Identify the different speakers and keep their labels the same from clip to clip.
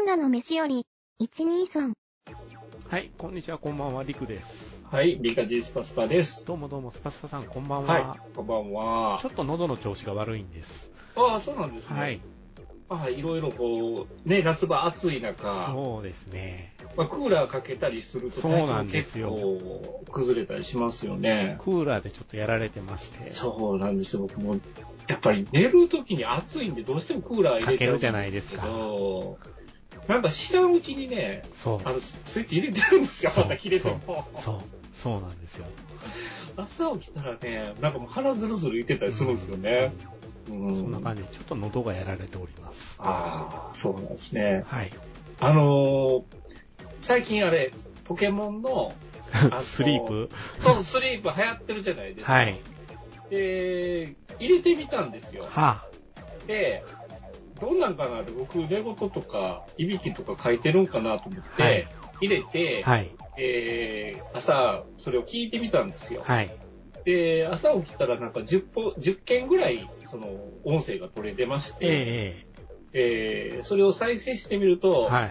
Speaker 1: ンナの飯より、123。
Speaker 2: はい、こんにちは、こんばんは、りくです。
Speaker 3: はい、リカディスパスパです。
Speaker 2: どうもどうも、スパスパさん、こんばんは。
Speaker 3: はい、こんばんは
Speaker 2: ちょ。っと喉の調子が悪いんです。
Speaker 3: ああ、そうなんですね。
Speaker 2: はい。、
Speaker 3: ああ、いろいろこう、ね、夏場暑い中、
Speaker 2: そうですね。
Speaker 3: まあ、クーラーかけたりすると、
Speaker 2: そうなんですよ
Speaker 3: 体調結構崩れたりしますよね。
Speaker 2: クーラーでちょっとやられてまして、
Speaker 3: そうなんですよ、僕も。やっぱり寝るときに暑いんで、どうしてもクーラー入れちゃうんですけ
Speaker 2: かけ
Speaker 3: ど
Speaker 2: るじゃないですか
Speaker 3: なんか知らんうちにね、
Speaker 2: そう、
Speaker 3: あの、スイッチ入れてるんですよ、
Speaker 2: そう
Speaker 3: また切れても。
Speaker 2: そう、そうなんですよ。
Speaker 3: 朝起きたらね、なんかもう腹ずるずる言ってたりするんですよね。う
Speaker 2: うん。そんな感じで、ちょっと喉がやられております。
Speaker 3: ああ、そうなんですね。
Speaker 2: はい。
Speaker 3: あのー最近あれ、ポケモンの、あの
Speaker 2: スリープ
Speaker 3: そう、スリープ流行ってるじゃないですか。
Speaker 2: はい。
Speaker 3: で、入れてみたんですよ。
Speaker 2: は
Speaker 3: で、どんなんかなって僕、寝言とか、いびきとか書いてるんかなと思って、
Speaker 2: はい
Speaker 3: 入れて、
Speaker 2: あ、はい、
Speaker 3: えー朝、それを聞いてみたんですよ。
Speaker 2: はい、
Speaker 3: で、朝起きたらなんか10本、10件ぐらい、その、音声が取れてまし
Speaker 2: ええ
Speaker 3: て、
Speaker 2: え
Speaker 3: えーそれを再生してみると、
Speaker 2: えはい、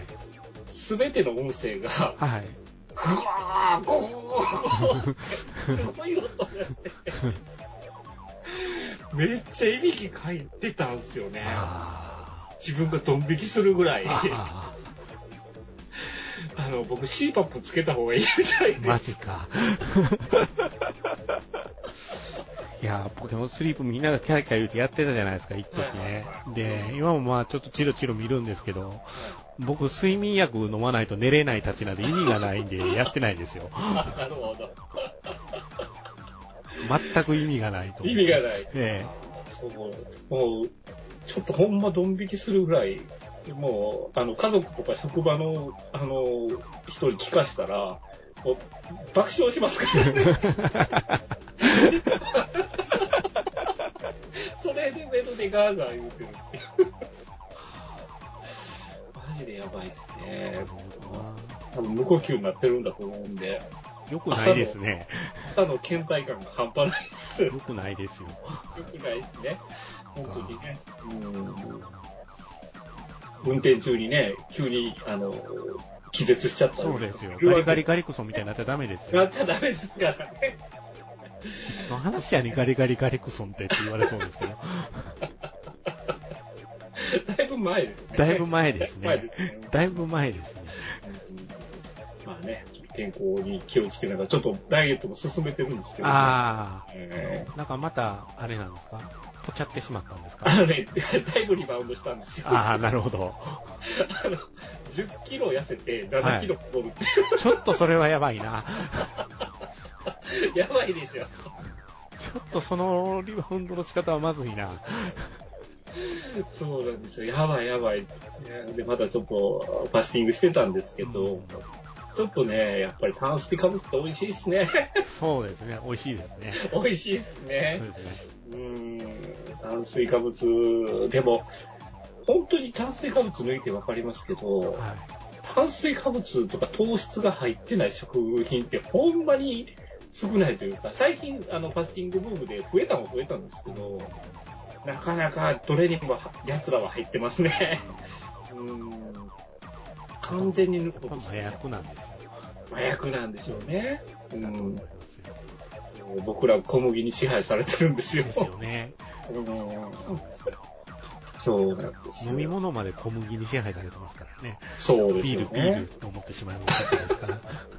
Speaker 3: すべての音声が、
Speaker 2: はい。
Speaker 3: ぐわー、ゴーすごい音がして。めっちゃいびきかいてたんですよね。
Speaker 2: あ
Speaker 3: 自分がドン引きするぐら
Speaker 2: ー
Speaker 3: い。あ
Speaker 2: あ
Speaker 3: の、僕 CPAP つけた方がいいみたい
Speaker 2: ー、
Speaker 3: で。
Speaker 2: マジか。いやーポケモンスリープみんながキャーキャー言うてやってたじゃないですか、一時ね。で、今もまあちょっとチロチロ見るんですけど、僕睡眠薬飲まないと寝れないたちなんで意味がないんで やってないんですよ。
Speaker 3: あなるほど。
Speaker 2: 全く意味がないと。
Speaker 3: 意味がない。
Speaker 2: え
Speaker 3: そう。もう、ちょっとほんまドン引きするぐらい、もう、あの、家族とか職場の、あの、人に聞かしたら、もう爆笑しますからね。それでメロディーガーガー言うてるっていう。マジでやばいっすね。多分無呼吸になってるんだと思うんで、
Speaker 2: え。よくないですね。
Speaker 3: 朝の倦怠感が半端ないっす。よ
Speaker 2: よくないですよ。
Speaker 3: くないっすね。本当にね。うん運転中にね、急に、あの、気絶しちゃったり
Speaker 2: そうですよ。
Speaker 3: い
Speaker 2: ガリ
Speaker 3: わけ
Speaker 2: ガリガリクソンみたいになっちゃダメです
Speaker 3: な
Speaker 2: よ
Speaker 3: っ。ちゃダメですからね。
Speaker 2: その話やね、ガリガリガリクソンってって言われそう ですけど。
Speaker 3: だいぶ前ですね。
Speaker 2: だいぶ前です
Speaker 3: だい
Speaker 2: ね
Speaker 3: ぶ前ですね。
Speaker 2: だいぶ前ですね。
Speaker 3: まあね、健康に気をつけながら、ちょっとダイエットも進めてるんですけど、
Speaker 2: あ
Speaker 3: えー
Speaker 2: あ、なんかまた、あれなんですかポチャってしまったんですか
Speaker 3: あのね、だいぶリバウンドしたんですよ。
Speaker 2: ああ、なるほど。
Speaker 3: あの10キロ痩せて7キロ太るって、
Speaker 2: ちょっとそれはやばいな。
Speaker 3: やばいでし
Speaker 2: ち
Speaker 3: ょ。
Speaker 2: ょっとそのリバウンドの仕方はまずいな。
Speaker 3: そうなんですよ。やばいやばいっつってで、またちょっとファスティングしてたんですけど、
Speaker 2: うん
Speaker 3: ちょっとね、やっぱり炭水化物って美味しいっすね。
Speaker 2: そうですね、美味しいですね。
Speaker 3: 美味しいっすね
Speaker 2: そう。ですね。
Speaker 3: うーん炭水化物、でも、本当に炭水化物抜いて分かりますけど、
Speaker 2: はい。
Speaker 3: 炭水化物とか糖質が入ってない食品ってほんまに少ないというか、最近あのファスティングブームで増えたのは増えたんですけど、なかなかどれにも奴らは入ってますね。うーん完全に抜く
Speaker 2: やっ
Speaker 3: こ
Speaker 2: ぱ
Speaker 3: と
Speaker 2: 麻薬なんですよ。
Speaker 3: 麻薬なんでしょうね。う
Speaker 2: だと思い
Speaker 3: ん
Speaker 2: ますよ。
Speaker 3: 僕ら小麦に支配されてるんですよ。
Speaker 2: ですよね。
Speaker 3: うん
Speaker 2: そうですよ
Speaker 3: そうなんですよ
Speaker 2: 飲み物まで小麦に支配されてますからね。
Speaker 3: そうです
Speaker 2: ビー
Speaker 3: よ
Speaker 2: ル、
Speaker 3: ね。
Speaker 2: ビールと思ってしまうわけですか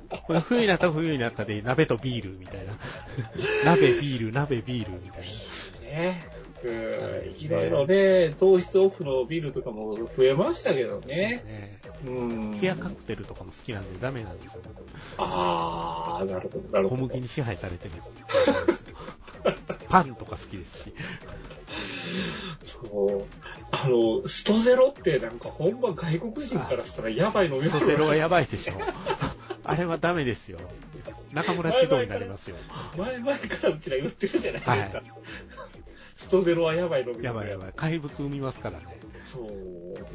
Speaker 2: ら。これ冬になったら冬になったで、鍋とビールみたいな。 鍋、ビール、鍋、ビールみたい
Speaker 3: ね。うん
Speaker 2: すね
Speaker 3: いろいろね、糖質オフのビールとかも増えましたけど
Speaker 2: な。です
Speaker 3: ね。
Speaker 2: ね。
Speaker 3: うん。
Speaker 2: 冷やカクテルとかも好きなんでダメなんですよ。
Speaker 3: ああ、なるほど、なる
Speaker 2: 小
Speaker 3: ほど
Speaker 2: 麦。に支配されてるんですよ。 パンとか好きですし。
Speaker 3: そう。あの、ストゼロってなんかほんま外国人からしたらやばい飲み
Speaker 2: ス
Speaker 3: 物
Speaker 2: トゼロはやばいでしょ。 あれはダメですよ。中村指導になりますよ。
Speaker 3: 前々からうちら言ってるじゃないですか。
Speaker 2: はい
Speaker 3: ストゼロはやばい飲み物。
Speaker 2: やばいやばい。怪物生みますからね。
Speaker 3: そう。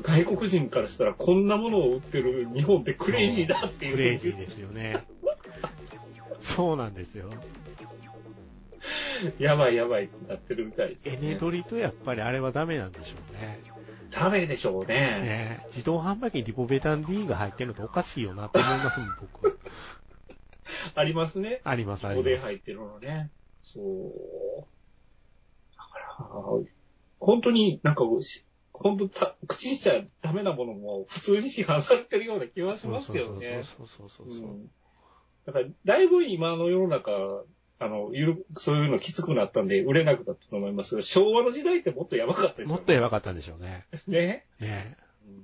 Speaker 3: 外国人からしたらこんなものを売ってる日本ってクレイジーだっていう。
Speaker 2: クレイジーですよね。そうなんですよ。
Speaker 3: やばいやばいってなってるみたいです、
Speaker 2: エネドリとやっぱりあれはダメなんでしょうね。
Speaker 3: ダメでしょうね。
Speaker 2: ねえ、自動販売機にリポベタン D が入ってるのとおかしいよなと思いますもん、僕。
Speaker 3: ありますね。
Speaker 2: あります、あ
Speaker 3: お
Speaker 2: り
Speaker 3: で
Speaker 2: ます
Speaker 3: 入。ってるのね。そう。だから、本当になんか、し本当た、口にしちゃダメなものも普通に市販されてるような気はしますけどね。
Speaker 2: そうそうそうそうそううそう。
Speaker 3: んだから、だいぶ今の世の中、あの、ゆるそういうのきつくなったんで、売れなくなったと思いますけど、昭和の時代ってもっとやばかったです
Speaker 2: も
Speaker 3: よ
Speaker 2: っとやばかったんでしょうね。
Speaker 3: ね。
Speaker 2: ねえ。
Speaker 3: うん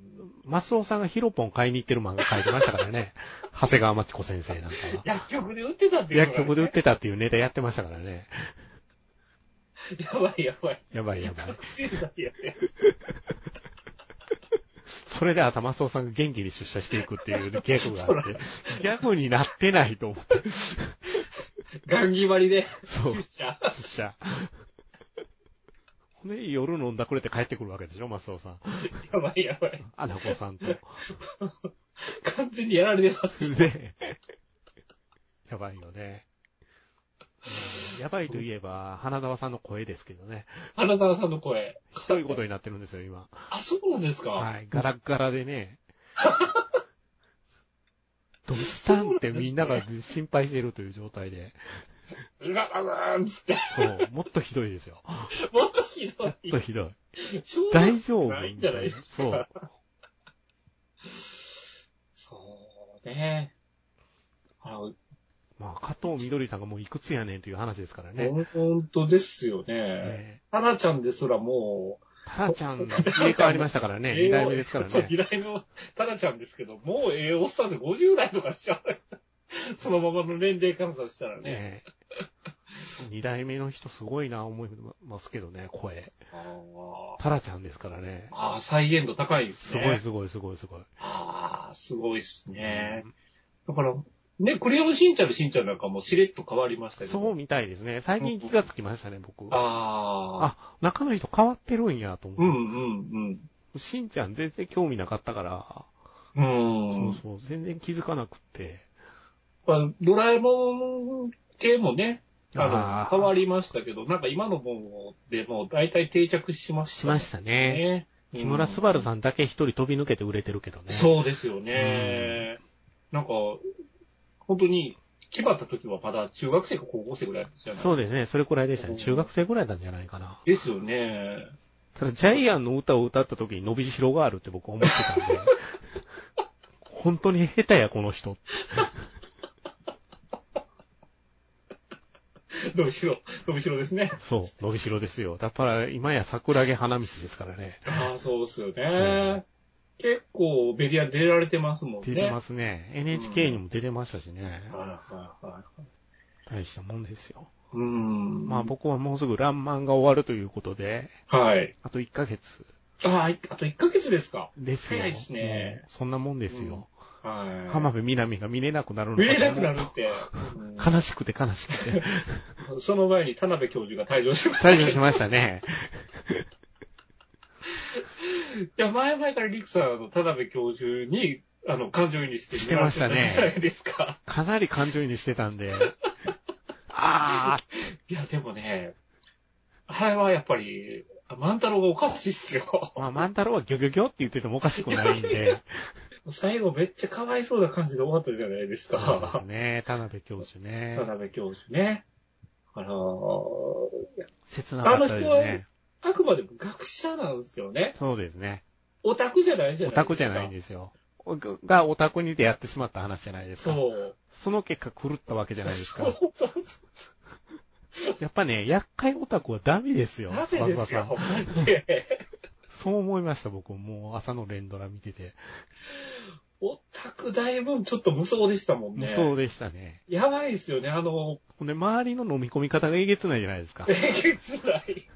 Speaker 2: マスオさんがヒロポン買いに行ってる漫画書いてましたからね。 長谷川町子先生なんか は。
Speaker 3: 薬局で売ってたっていうの
Speaker 2: 薬
Speaker 3: がね
Speaker 2: 局で売ってたっていうネタやってましたからね。
Speaker 3: やばいやばい。
Speaker 2: やばいやばい。
Speaker 3: やばい
Speaker 2: それで朝マスオさんが元気に出社していくっていうギャグがあ って、ギャグになってないと思って。
Speaker 3: ガンギバリで
Speaker 2: そう
Speaker 3: 出社。
Speaker 2: 出社。 ほんで、夜飲んだくれて帰ってくるわけでしょ、マスオさん。
Speaker 3: やばいやばい。
Speaker 2: アナコさんと。
Speaker 3: 完全にやられてます。
Speaker 2: で、やばいよね。うんやばいといえば、花沢さんの声ですけどね。
Speaker 3: 花沢さんの声。
Speaker 2: ひどいことになってるんですよ、今。
Speaker 3: あ、そうなんですか、
Speaker 2: はい、ガラッガラで ね。どうしたんってみんなが心配してるという状態で。
Speaker 3: うわうわーんつって。
Speaker 2: そう、もっとひどいですよ。
Speaker 3: もっとひど
Speaker 2: もっ
Speaker 3: い
Speaker 2: と。ひどい。
Speaker 3: 小学
Speaker 2: 大丈夫
Speaker 3: ないんじゃないですか。
Speaker 2: そう。
Speaker 3: そうね。あの、
Speaker 2: まあ、加藤みどりさんがもういくつやねんという話ですからね。
Speaker 3: 本当ですよね。
Speaker 2: ええ
Speaker 3: 花ちゃんですらもう、
Speaker 2: タラちゃん、入れ替わりましたからね。
Speaker 3: 栄
Speaker 2: 2
Speaker 3: 養
Speaker 2: 代目ですから
Speaker 3: そう、
Speaker 2: ね。
Speaker 3: 二代のタナちゃんですけど、もうええおっさんで50代とかしちゃう。 そのままの年齢換算したらね。
Speaker 2: ね2代目の人すごいな思いますけどね、声。
Speaker 3: あ
Speaker 2: タラちゃんですからね
Speaker 3: ー。あー、再現度高いです
Speaker 2: す
Speaker 3: ね。
Speaker 2: ごいすごいすごいすごい。
Speaker 3: ああ、すごいですね。だから、ね、クレヨンしんちゃんのしんちゃんなんかもしれっと変わりましたけど。
Speaker 2: そうみたいですね。最近気がつきましたね、僕。
Speaker 3: ああ。
Speaker 2: あ、中の人変わってるんやと
Speaker 3: うん
Speaker 2: 思っ
Speaker 3: うん
Speaker 2: て。しんちゃん全然興味なかったから、
Speaker 3: うん。う
Speaker 2: そ
Speaker 3: ん
Speaker 2: う。そう、全然気づかなくて。
Speaker 3: まあドラえもん系もね、あ
Speaker 2: あー
Speaker 3: の、変わりましたけど、なんか今のもんでもう大体定着しました
Speaker 2: しましたね。
Speaker 3: ね。
Speaker 2: 木村す
Speaker 3: す
Speaker 2: ばるさんだけ一人飛び抜けて売れてるけどね。
Speaker 3: そうですよね。なんか、本当に、決まった時はまだ中学生か高校生ぐらいじゃない
Speaker 2: そうですね。それくらいでしたね。中学生くらいなんじゃないかな。
Speaker 3: ですよね。
Speaker 2: ただ、ジャイアンの歌を歌った時に伸びしろがあるって僕思ってたんで、 本当に下手や、この人。
Speaker 3: 伸びしろ、伸びしろですね。
Speaker 2: そう、伸びしろですよ。だから、今や桜毛花道ですからね。
Speaker 3: ああ、そうっすよ
Speaker 2: そう
Speaker 3: ね。結構メディア出られてますもんね。
Speaker 2: 出てますね。NHK にも出てましたしね。
Speaker 3: はいはいはい。
Speaker 2: 大したもんですよ。
Speaker 3: うーん。
Speaker 2: まあ僕はもうすぐランマンが終わるということで、
Speaker 3: はい。
Speaker 2: あと1ヶ月
Speaker 3: ああ、いあと1ヶ月ですか。
Speaker 2: ですよ。
Speaker 3: 早いですね
Speaker 2: もうそんなもんですよ。
Speaker 3: はい。
Speaker 2: 浜辺美波が見れなくなるのか
Speaker 3: 見
Speaker 2: と思
Speaker 3: れ
Speaker 2: う
Speaker 3: なくなるって。
Speaker 2: と悲しくて悲しくて。
Speaker 3: うんその前に田辺教授が退場しました
Speaker 2: 退
Speaker 3: け
Speaker 2: 場
Speaker 3: ど。
Speaker 2: しましたね。
Speaker 3: いや、前々からリクさんの田辺教授に、あの、感情移入して
Speaker 2: してましたね
Speaker 3: 見られてじゃないですか。
Speaker 2: かなり感情移入してたん で、あー
Speaker 3: いや、でもね、あれはやっぱり、万太郎がおかしいっすよ。
Speaker 2: まあ、万太郎はギョギョギョって言っててもおかしくないんで。
Speaker 3: 最後めっちゃかわいそうな感じで終わったじゃないです
Speaker 2: そうです
Speaker 3: か。
Speaker 2: ね。田辺教授ね
Speaker 3: 田。辺教授ね。あの
Speaker 2: 切なかったですね。
Speaker 3: ーあくまでも学者なんですよね。
Speaker 2: そうですね。
Speaker 3: オタクじゃないじゃ
Speaker 2: オ
Speaker 3: ないですか。
Speaker 2: タクじゃないんですよ。おがオタクに出会ってしまった話じゃないですか。
Speaker 3: そう。
Speaker 2: その結果狂ったわけじゃないです
Speaker 3: そう
Speaker 2: か。
Speaker 3: そうそ
Speaker 2: やっぱね、厄介オタクはダメですよ
Speaker 3: う。。なぜです
Speaker 2: さ
Speaker 3: よ
Speaker 2: ん、
Speaker 3: マジで。
Speaker 2: そう思いました、僕。もう朝の連ドラ見てて。
Speaker 3: オタクだいぶちょっと無双でしたもんね。
Speaker 2: そうでしたね。
Speaker 3: やばいですよね、あの、
Speaker 2: ほんで、周りの飲み込み方がえげつないじゃない ですか
Speaker 3: え。げつない。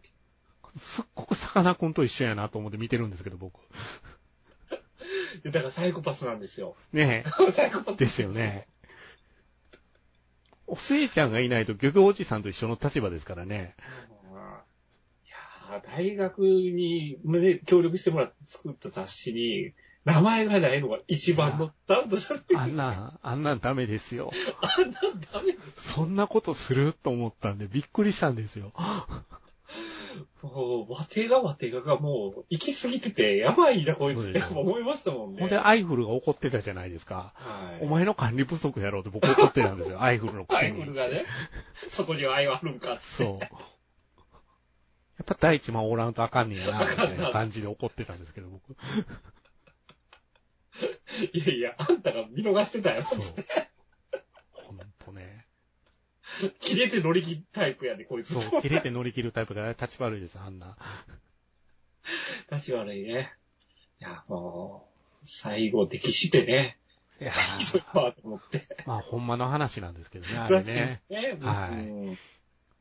Speaker 2: すっごくさかなクンと一緒やなと思って見てるんですけど、僕。
Speaker 3: だからサイコパスなんですよ。
Speaker 2: ねえ。
Speaker 3: サイコパス。
Speaker 2: ですよね。お寿恵ちゃんがいないと漁業おじさんと一緒の立場ですからね。
Speaker 3: いやー大学に、ね、協力してもらって作った雑誌に、名前がないのが一番のダウンとしゃべり、
Speaker 2: あんな、あんなんダメですよ。
Speaker 3: あんなのダメです。
Speaker 2: そんなことすると思ったんでびっくりしたんですよ。
Speaker 3: もう、わてがわてががもう、行き過ぎてて、やばいな、こいつ
Speaker 2: そ
Speaker 3: っ
Speaker 2: う
Speaker 3: て
Speaker 2: ですよ
Speaker 3: 思いましたもんね。
Speaker 2: ほんで、アイフルが怒ってたじゃないですか。
Speaker 3: はい。
Speaker 2: お前の管理不足やろうって僕怒ってたん ですよ。アイフルのく
Speaker 3: ア
Speaker 2: せ
Speaker 3: イフル
Speaker 2: に。
Speaker 3: がね、そこには愛はあるんかって。
Speaker 2: そう。やっぱ第一番おらんとあかんねやな、みたいな感じで怒ってたんですけど、僕。
Speaker 3: いやいや、あんたが見逃してたよ。
Speaker 2: そう。ほんとね。
Speaker 3: 切れて乗り切るタイプやで、こいつ。
Speaker 2: そう、切れて乗り切るタイプが立ち悪いです、あんな。
Speaker 3: 立ち悪いね。いや、もう、最後、溺死してね、
Speaker 2: いや
Speaker 3: ひどいわ、と思って。
Speaker 2: まあ、ほんまの話なんですけどね、あ
Speaker 3: ら
Speaker 2: れ
Speaker 3: しいで
Speaker 2: ね
Speaker 3: す。ね。
Speaker 2: はい
Speaker 3: うん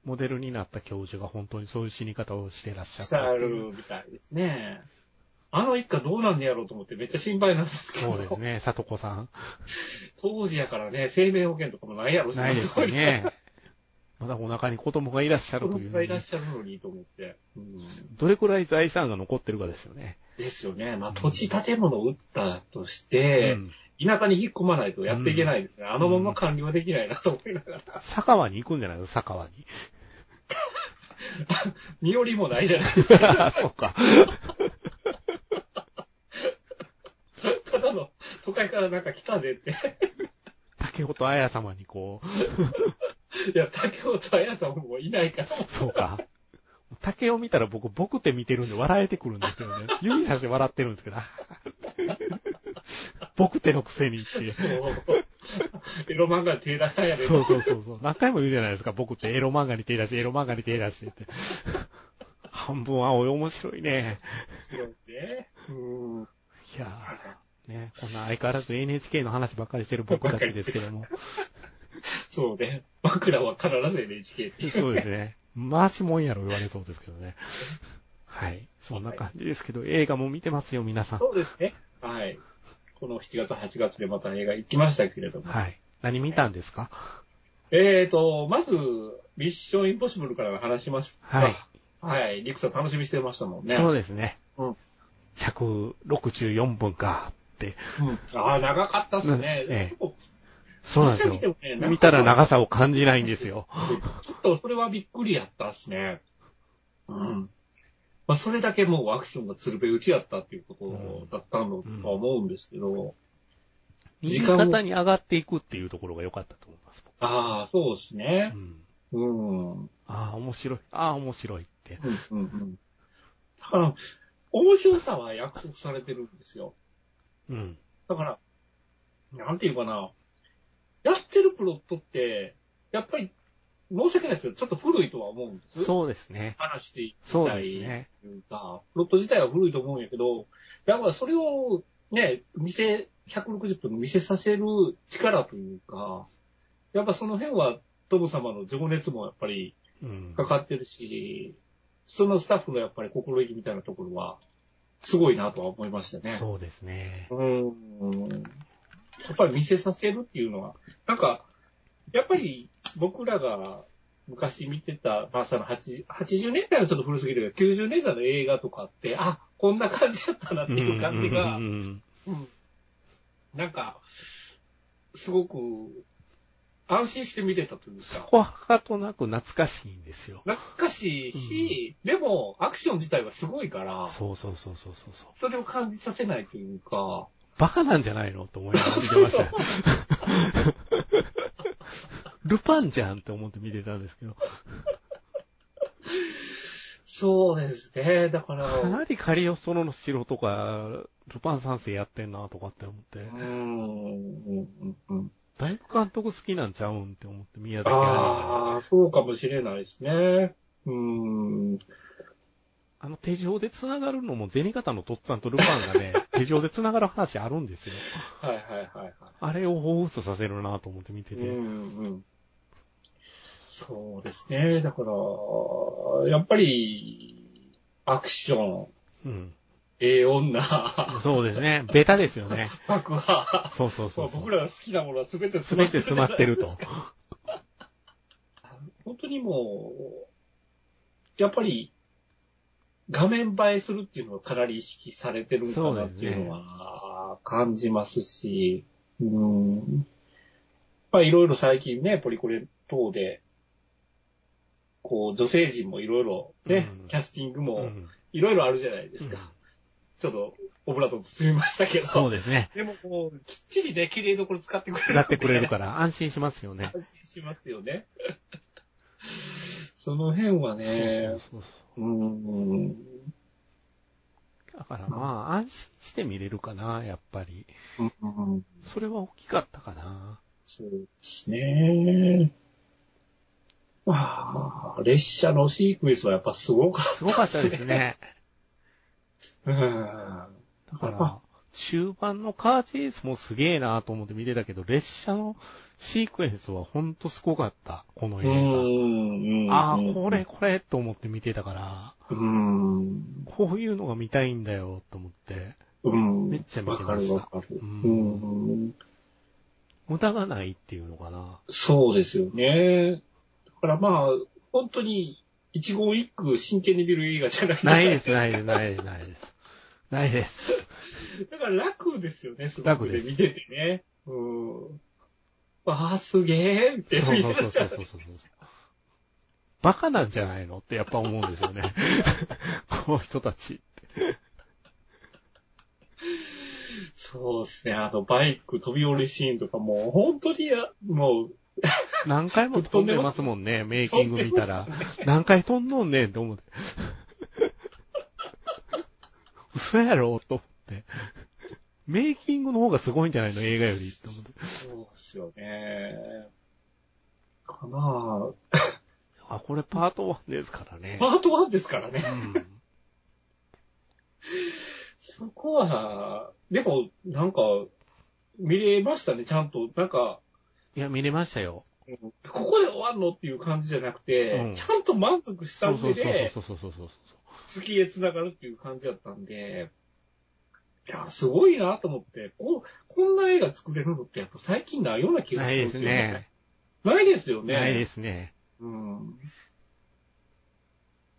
Speaker 2: モデルになった教授が本当にそういう死に方をしてらっしゃっ
Speaker 3: したた
Speaker 2: っていう。
Speaker 3: るみたいですね。あの一家どうなんねやろうと思ってめっちゃ心配なんですけど。
Speaker 2: そうですね、里子さん。
Speaker 3: 当時やからね、生命保険とかもないやろし
Speaker 2: ないですよ。ね。まだお腹に子供がいらっしゃ
Speaker 3: 子
Speaker 2: ると
Speaker 3: 供
Speaker 2: いうの
Speaker 3: がい
Speaker 2: に
Speaker 3: らっしゃるのにと思って。うん
Speaker 2: どれくらい財産が残ってるかですよね。
Speaker 3: ですよね。まあ、土地建物を売ったとして、
Speaker 2: うん
Speaker 3: 田舎に引っ込まないとやっていけないですね。あのまま管理はできないなと思いながら。
Speaker 2: 佐川に行くんじゃないの佐川に。
Speaker 3: 身寄りもないじゃ ないですか。
Speaker 2: そうか。
Speaker 3: ただの都会からなんか来たぜって。
Speaker 2: 竹本綾様にこ
Speaker 3: いや、竹本彩さんもいないから。
Speaker 2: う、そうか。竹を見たら僕、僕って見てるんで笑えてくるんですけどね。指さして笑ってるんですけど。 僕ってのくせにって。
Speaker 3: そう。エロ漫画に手出したんやで。
Speaker 2: そうそうそうそう。何回も言うじゃないですか。僕ってエロ漫画に手出して、エロ漫画に手出してって。半分青い面白いね。
Speaker 3: 白いね。うん。
Speaker 2: いやー、ね、こんな相変わらず NHK の話ばっかりしてる僕たちですけども。
Speaker 3: そうね。枕は必ず NHK って。
Speaker 2: そうですね。回しもんやろ言われそうですけどね。はい。そんな感じですけど、映画も見てますよ、皆さん。
Speaker 3: そうですね。はい。この7月、8月でまた映画行きましたけれども。
Speaker 2: はい。何見たんですか
Speaker 3: えーと、まず、ミッションインポッシブルから話しましょうか。
Speaker 2: はい。
Speaker 3: はい。リクさん楽しみにしてましたもんね。
Speaker 2: そうですね。
Speaker 3: うん
Speaker 2: 164分かって。
Speaker 3: うんああ、長かったっ
Speaker 2: う
Speaker 3: すね。
Speaker 2: んええ
Speaker 3: でも
Speaker 2: そうなんですよ
Speaker 3: 見てもね。
Speaker 2: 見たら長さを感じないんですよ。
Speaker 3: ちょっとそれはびっくりやったっすね。うん。まあ、それだけもうアクションがつるべ打ちやったっていうことだったのとは思うんですけど、
Speaker 2: 右肩に上がっていくっていうところが良かったと思います。
Speaker 3: ああ、そうですね
Speaker 2: う。ん、
Speaker 3: うん。うん、
Speaker 2: ああ、面白い。ああ、面白いって。
Speaker 3: うん、うん。だから、面白さは約束されてるんですよ。
Speaker 2: うん。
Speaker 3: だから、なんていうかな、やってるプロットって、やっぱり、申し訳ないですけど、ちょっと古いとは思うんです。
Speaker 2: そうですね。
Speaker 3: 話していき
Speaker 2: そう
Speaker 3: た
Speaker 2: で
Speaker 3: い
Speaker 2: すね。
Speaker 3: というか、プロット自体は古いと思うんやけど、やっぱそれをね、見せ、160分見せさせる力というか、やっぱその辺はトム様の情熱もやっぱり
Speaker 2: うん。
Speaker 3: かかってるし、そのスタッフのやっぱり心意気みたいなところは、すごいなとは思いましたね。
Speaker 2: そうですね。
Speaker 3: うん。やっぱり見せさせるっていうのは、なんか、やっぱり僕らが昔見てた、まあその80 80年代はちょっと古すぎるけど、90年代の映画とかって、あ、こんな感じだったなっていう感じが、
Speaker 2: うんうんうん
Speaker 3: うんなんか、すごく安心して見れたという
Speaker 2: そ
Speaker 3: か、
Speaker 2: こはかとなく懐かしいんですよ。
Speaker 3: 懐かしいし、でもアクション自体はすごいから、
Speaker 2: そうそうそうそうそうそう。
Speaker 3: それを感じさせないというか、
Speaker 2: バカなんじゃないのと思いながら見てましたよ。ルパンじゃんって思って見てたんですけど、
Speaker 3: そうですね、だ から、
Speaker 2: かなりカリオストロの城とか、ルパン三世やってんなとかって思って、
Speaker 3: うーんうんうん
Speaker 2: だいぶ監督好きなんちゃうんって思って宮崎あ
Speaker 3: ああ、そうかもしれないですね。うーん。
Speaker 2: あの手錠で繋がるのも銭形のとっつぁんとルパンがね、手錠で繋がる話あるんですよ。
Speaker 3: はいはいはいはい。
Speaker 2: あれを放送させるなと思って見て
Speaker 3: う
Speaker 2: て。
Speaker 3: んうん、そうですね。だから、やっぱり、アクション、
Speaker 2: うん。
Speaker 3: ええ女、
Speaker 2: そうですね。ベタですよね。
Speaker 3: 爆破。
Speaker 2: そうそうそうそう。
Speaker 3: 僕らが好きなものは全て
Speaker 2: すべて詰まってると。
Speaker 3: 本当にもう、やっぱり、画面映えするっていうのをかなり意識されてるんだなっていうのは感じますし、うん。まあいろいろ最近ね、ポリコレ等で、こう、女性陣もいろいろ、ね、
Speaker 2: うん
Speaker 3: キャスティング
Speaker 2: う
Speaker 3: も
Speaker 2: ん
Speaker 3: いろいろあるじゃないですか。
Speaker 2: うん
Speaker 3: ちょっと、オブラートに包みましたけど。
Speaker 2: そうですね。
Speaker 3: でもこう、きっちりね、綺麗どころ使ってくれるので。
Speaker 2: 使ってくれるから安心しますよね。
Speaker 3: 安心しますよね。 その辺は
Speaker 2: そうそ
Speaker 3: ね
Speaker 2: う、そうそう。
Speaker 3: うん。
Speaker 2: だからまあ、安心して見れるかな、やっぱり。
Speaker 3: うん
Speaker 2: それは大きかったかな。
Speaker 3: そうですね。ああ、列車のシークエンスはやっぱすごかっ
Speaker 2: すごかったですね。
Speaker 3: た。うん。
Speaker 2: だから、中盤のカーチェイスもすげえなと思って見てたけど、列車のシークエンスはほんとすごかった、この
Speaker 3: う
Speaker 2: 映
Speaker 3: ん。
Speaker 2: 画。ああ、これ。これと思って見てたから、
Speaker 3: うん。
Speaker 2: こういうのが見たいんだよと思って、
Speaker 3: うん。
Speaker 2: めっちゃ見てま
Speaker 3: わ
Speaker 2: した
Speaker 3: かるわか
Speaker 2: う
Speaker 3: る。うん。
Speaker 2: 無駄がないっていうのか な。
Speaker 3: そうですよね。だからまあ、本当に、一言一句真剣に見る映画じゃない
Speaker 2: ないです、ないです、ないです、ないです。ないです。
Speaker 3: だから楽ですよね、すご
Speaker 2: 楽
Speaker 3: く
Speaker 2: で
Speaker 3: ね、
Speaker 2: す
Speaker 3: 見ててね。うん。わあ、すげえって
Speaker 2: そう
Speaker 3: 見
Speaker 2: そう
Speaker 3: て
Speaker 2: そう
Speaker 3: っち
Speaker 2: そ
Speaker 3: ゃ
Speaker 2: う
Speaker 3: う
Speaker 2: そうそうバカなんじゃないのってやっぱ思うんですよ ね。この人たち。
Speaker 3: そうですね、あの、バイク飛び降りシーンとかもう、本当にや、もう、
Speaker 2: 何回も飛んでますもんね、メイキング見たら。何回飛んどんねんって 思って。嘘やろと思って。メイキングの方がすごいんじゃないの映画よりって思って。
Speaker 3: そうですよね。かな
Speaker 2: あ、これパート1ですから
Speaker 3: あ
Speaker 2: ね。
Speaker 3: パート1ですから
Speaker 2: う
Speaker 3: ね。
Speaker 2: ん。
Speaker 3: そこは、でも、なんか、見れましたね、ちゃんと。なんか、
Speaker 2: いや、見れましたよ。
Speaker 3: ここで終わんのっていう感じじゃなくて、
Speaker 2: うん
Speaker 3: ちゃんと満足した
Speaker 2: そうそ
Speaker 3: 上
Speaker 2: うそう
Speaker 3: で、
Speaker 2: そうそうそうそうそう。
Speaker 3: 月へ繋がるっていう感じだったんで、いや、すごいなと思って、こう、こんな映画作れるのってやっぱ最近ないような気が
Speaker 2: な
Speaker 3: す
Speaker 2: い
Speaker 3: るん
Speaker 2: です
Speaker 3: ですよね
Speaker 2: ね。。
Speaker 3: ないですよね。。
Speaker 2: ないですすね。
Speaker 3: うん。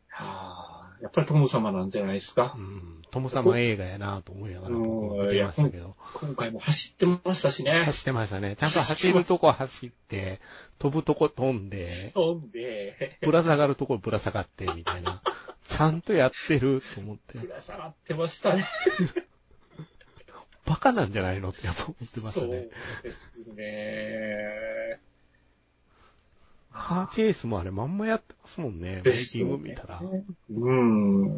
Speaker 3: はあ、やっぱりトム様なんじゃないですか
Speaker 2: う。ん。トム様映画やなと思いながら僕は見てましたけど。
Speaker 3: 今回も走ってましたしね。
Speaker 2: 走ってましたね。ちゃんと走るとこ走って、飛ぶとこ飛んで、
Speaker 3: 飛んで、
Speaker 2: ぶら下がるとこぶら下がって、みたいな。ちゃんとやってると思って
Speaker 3: ぶ。ら下がってましたね。
Speaker 2: バカなんじゃないのってやっぱ思ってましたね。
Speaker 3: そうです ね。
Speaker 2: カーチェイスもあれまんまやってますもんね。メイキング見たら。
Speaker 3: うん。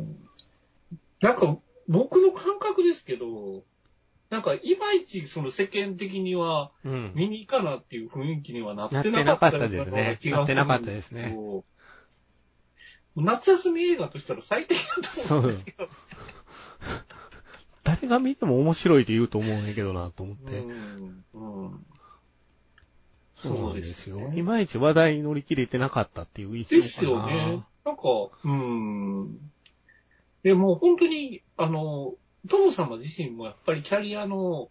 Speaker 3: なんか、僕の感覚ですけど、なんか、いまいち、その世間的には、
Speaker 2: うん。
Speaker 3: 見に行かなっていう雰囲気にはなっ
Speaker 2: なって
Speaker 3: て
Speaker 2: な
Speaker 3: な
Speaker 2: か
Speaker 3: か
Speaker 2: っ
Speaker 3: ったた
Speaker 2: ですね。なってなかったですね。。
Speaker 3: 夏休み映画としたら最適だと
Speaker 2: そ
Speaker 3: 思う
Speaker 2: う
Speaker 3: んですけど。
Speaker 2: 誰が見ても面白いって言うと思うんやけどなと思って。
Speaker 3: うんうん
Speaker 2: そうなんですよ。いまいち話題に乗り切れてなかったっていう印象かな。
Speaker 3: ですよね。なんか、うん。でもう本当に、あの、トム様自身もやっぱりキャリアの、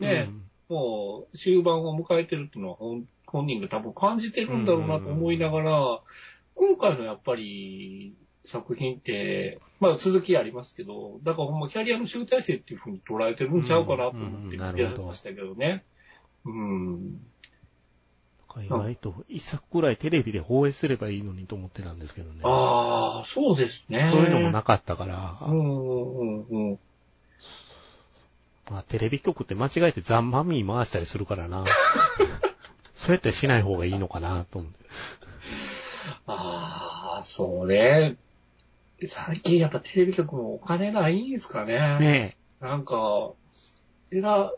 Speaker 3: ね、
Speaker 2: うん
Speaker 3: もう終盤を迎えてるっていうのは本本人が多分感じてるんだろうなと思いながら、今回のやっぱり作品って、まあ続きありますけど、だからほんまキャリアの集大成っていうふうに捉えてるんちゃうかなと思って
Speaker 2: うんうん
Speaker 3: 見てましたけどね。うん。
Speaker 2: 意外と一作くらいテレビで放映すればいいのにと思ってたんですけどね。
Speaker 3: ああ、そうですね。
Speaker 2: そういうのもなかったから、
Speaker 3: うんうんうんうん。
Speaker 2: まあ、テレビ局って間違えてザンマミー回したりするから な。そうやってしない方がいいのかなと思って。
Speaker 3: ああ、そうね。最近やっぱテレビ局もお金ないんですかね。
Speaker 2: ね
Speaker 3: なんか、えら、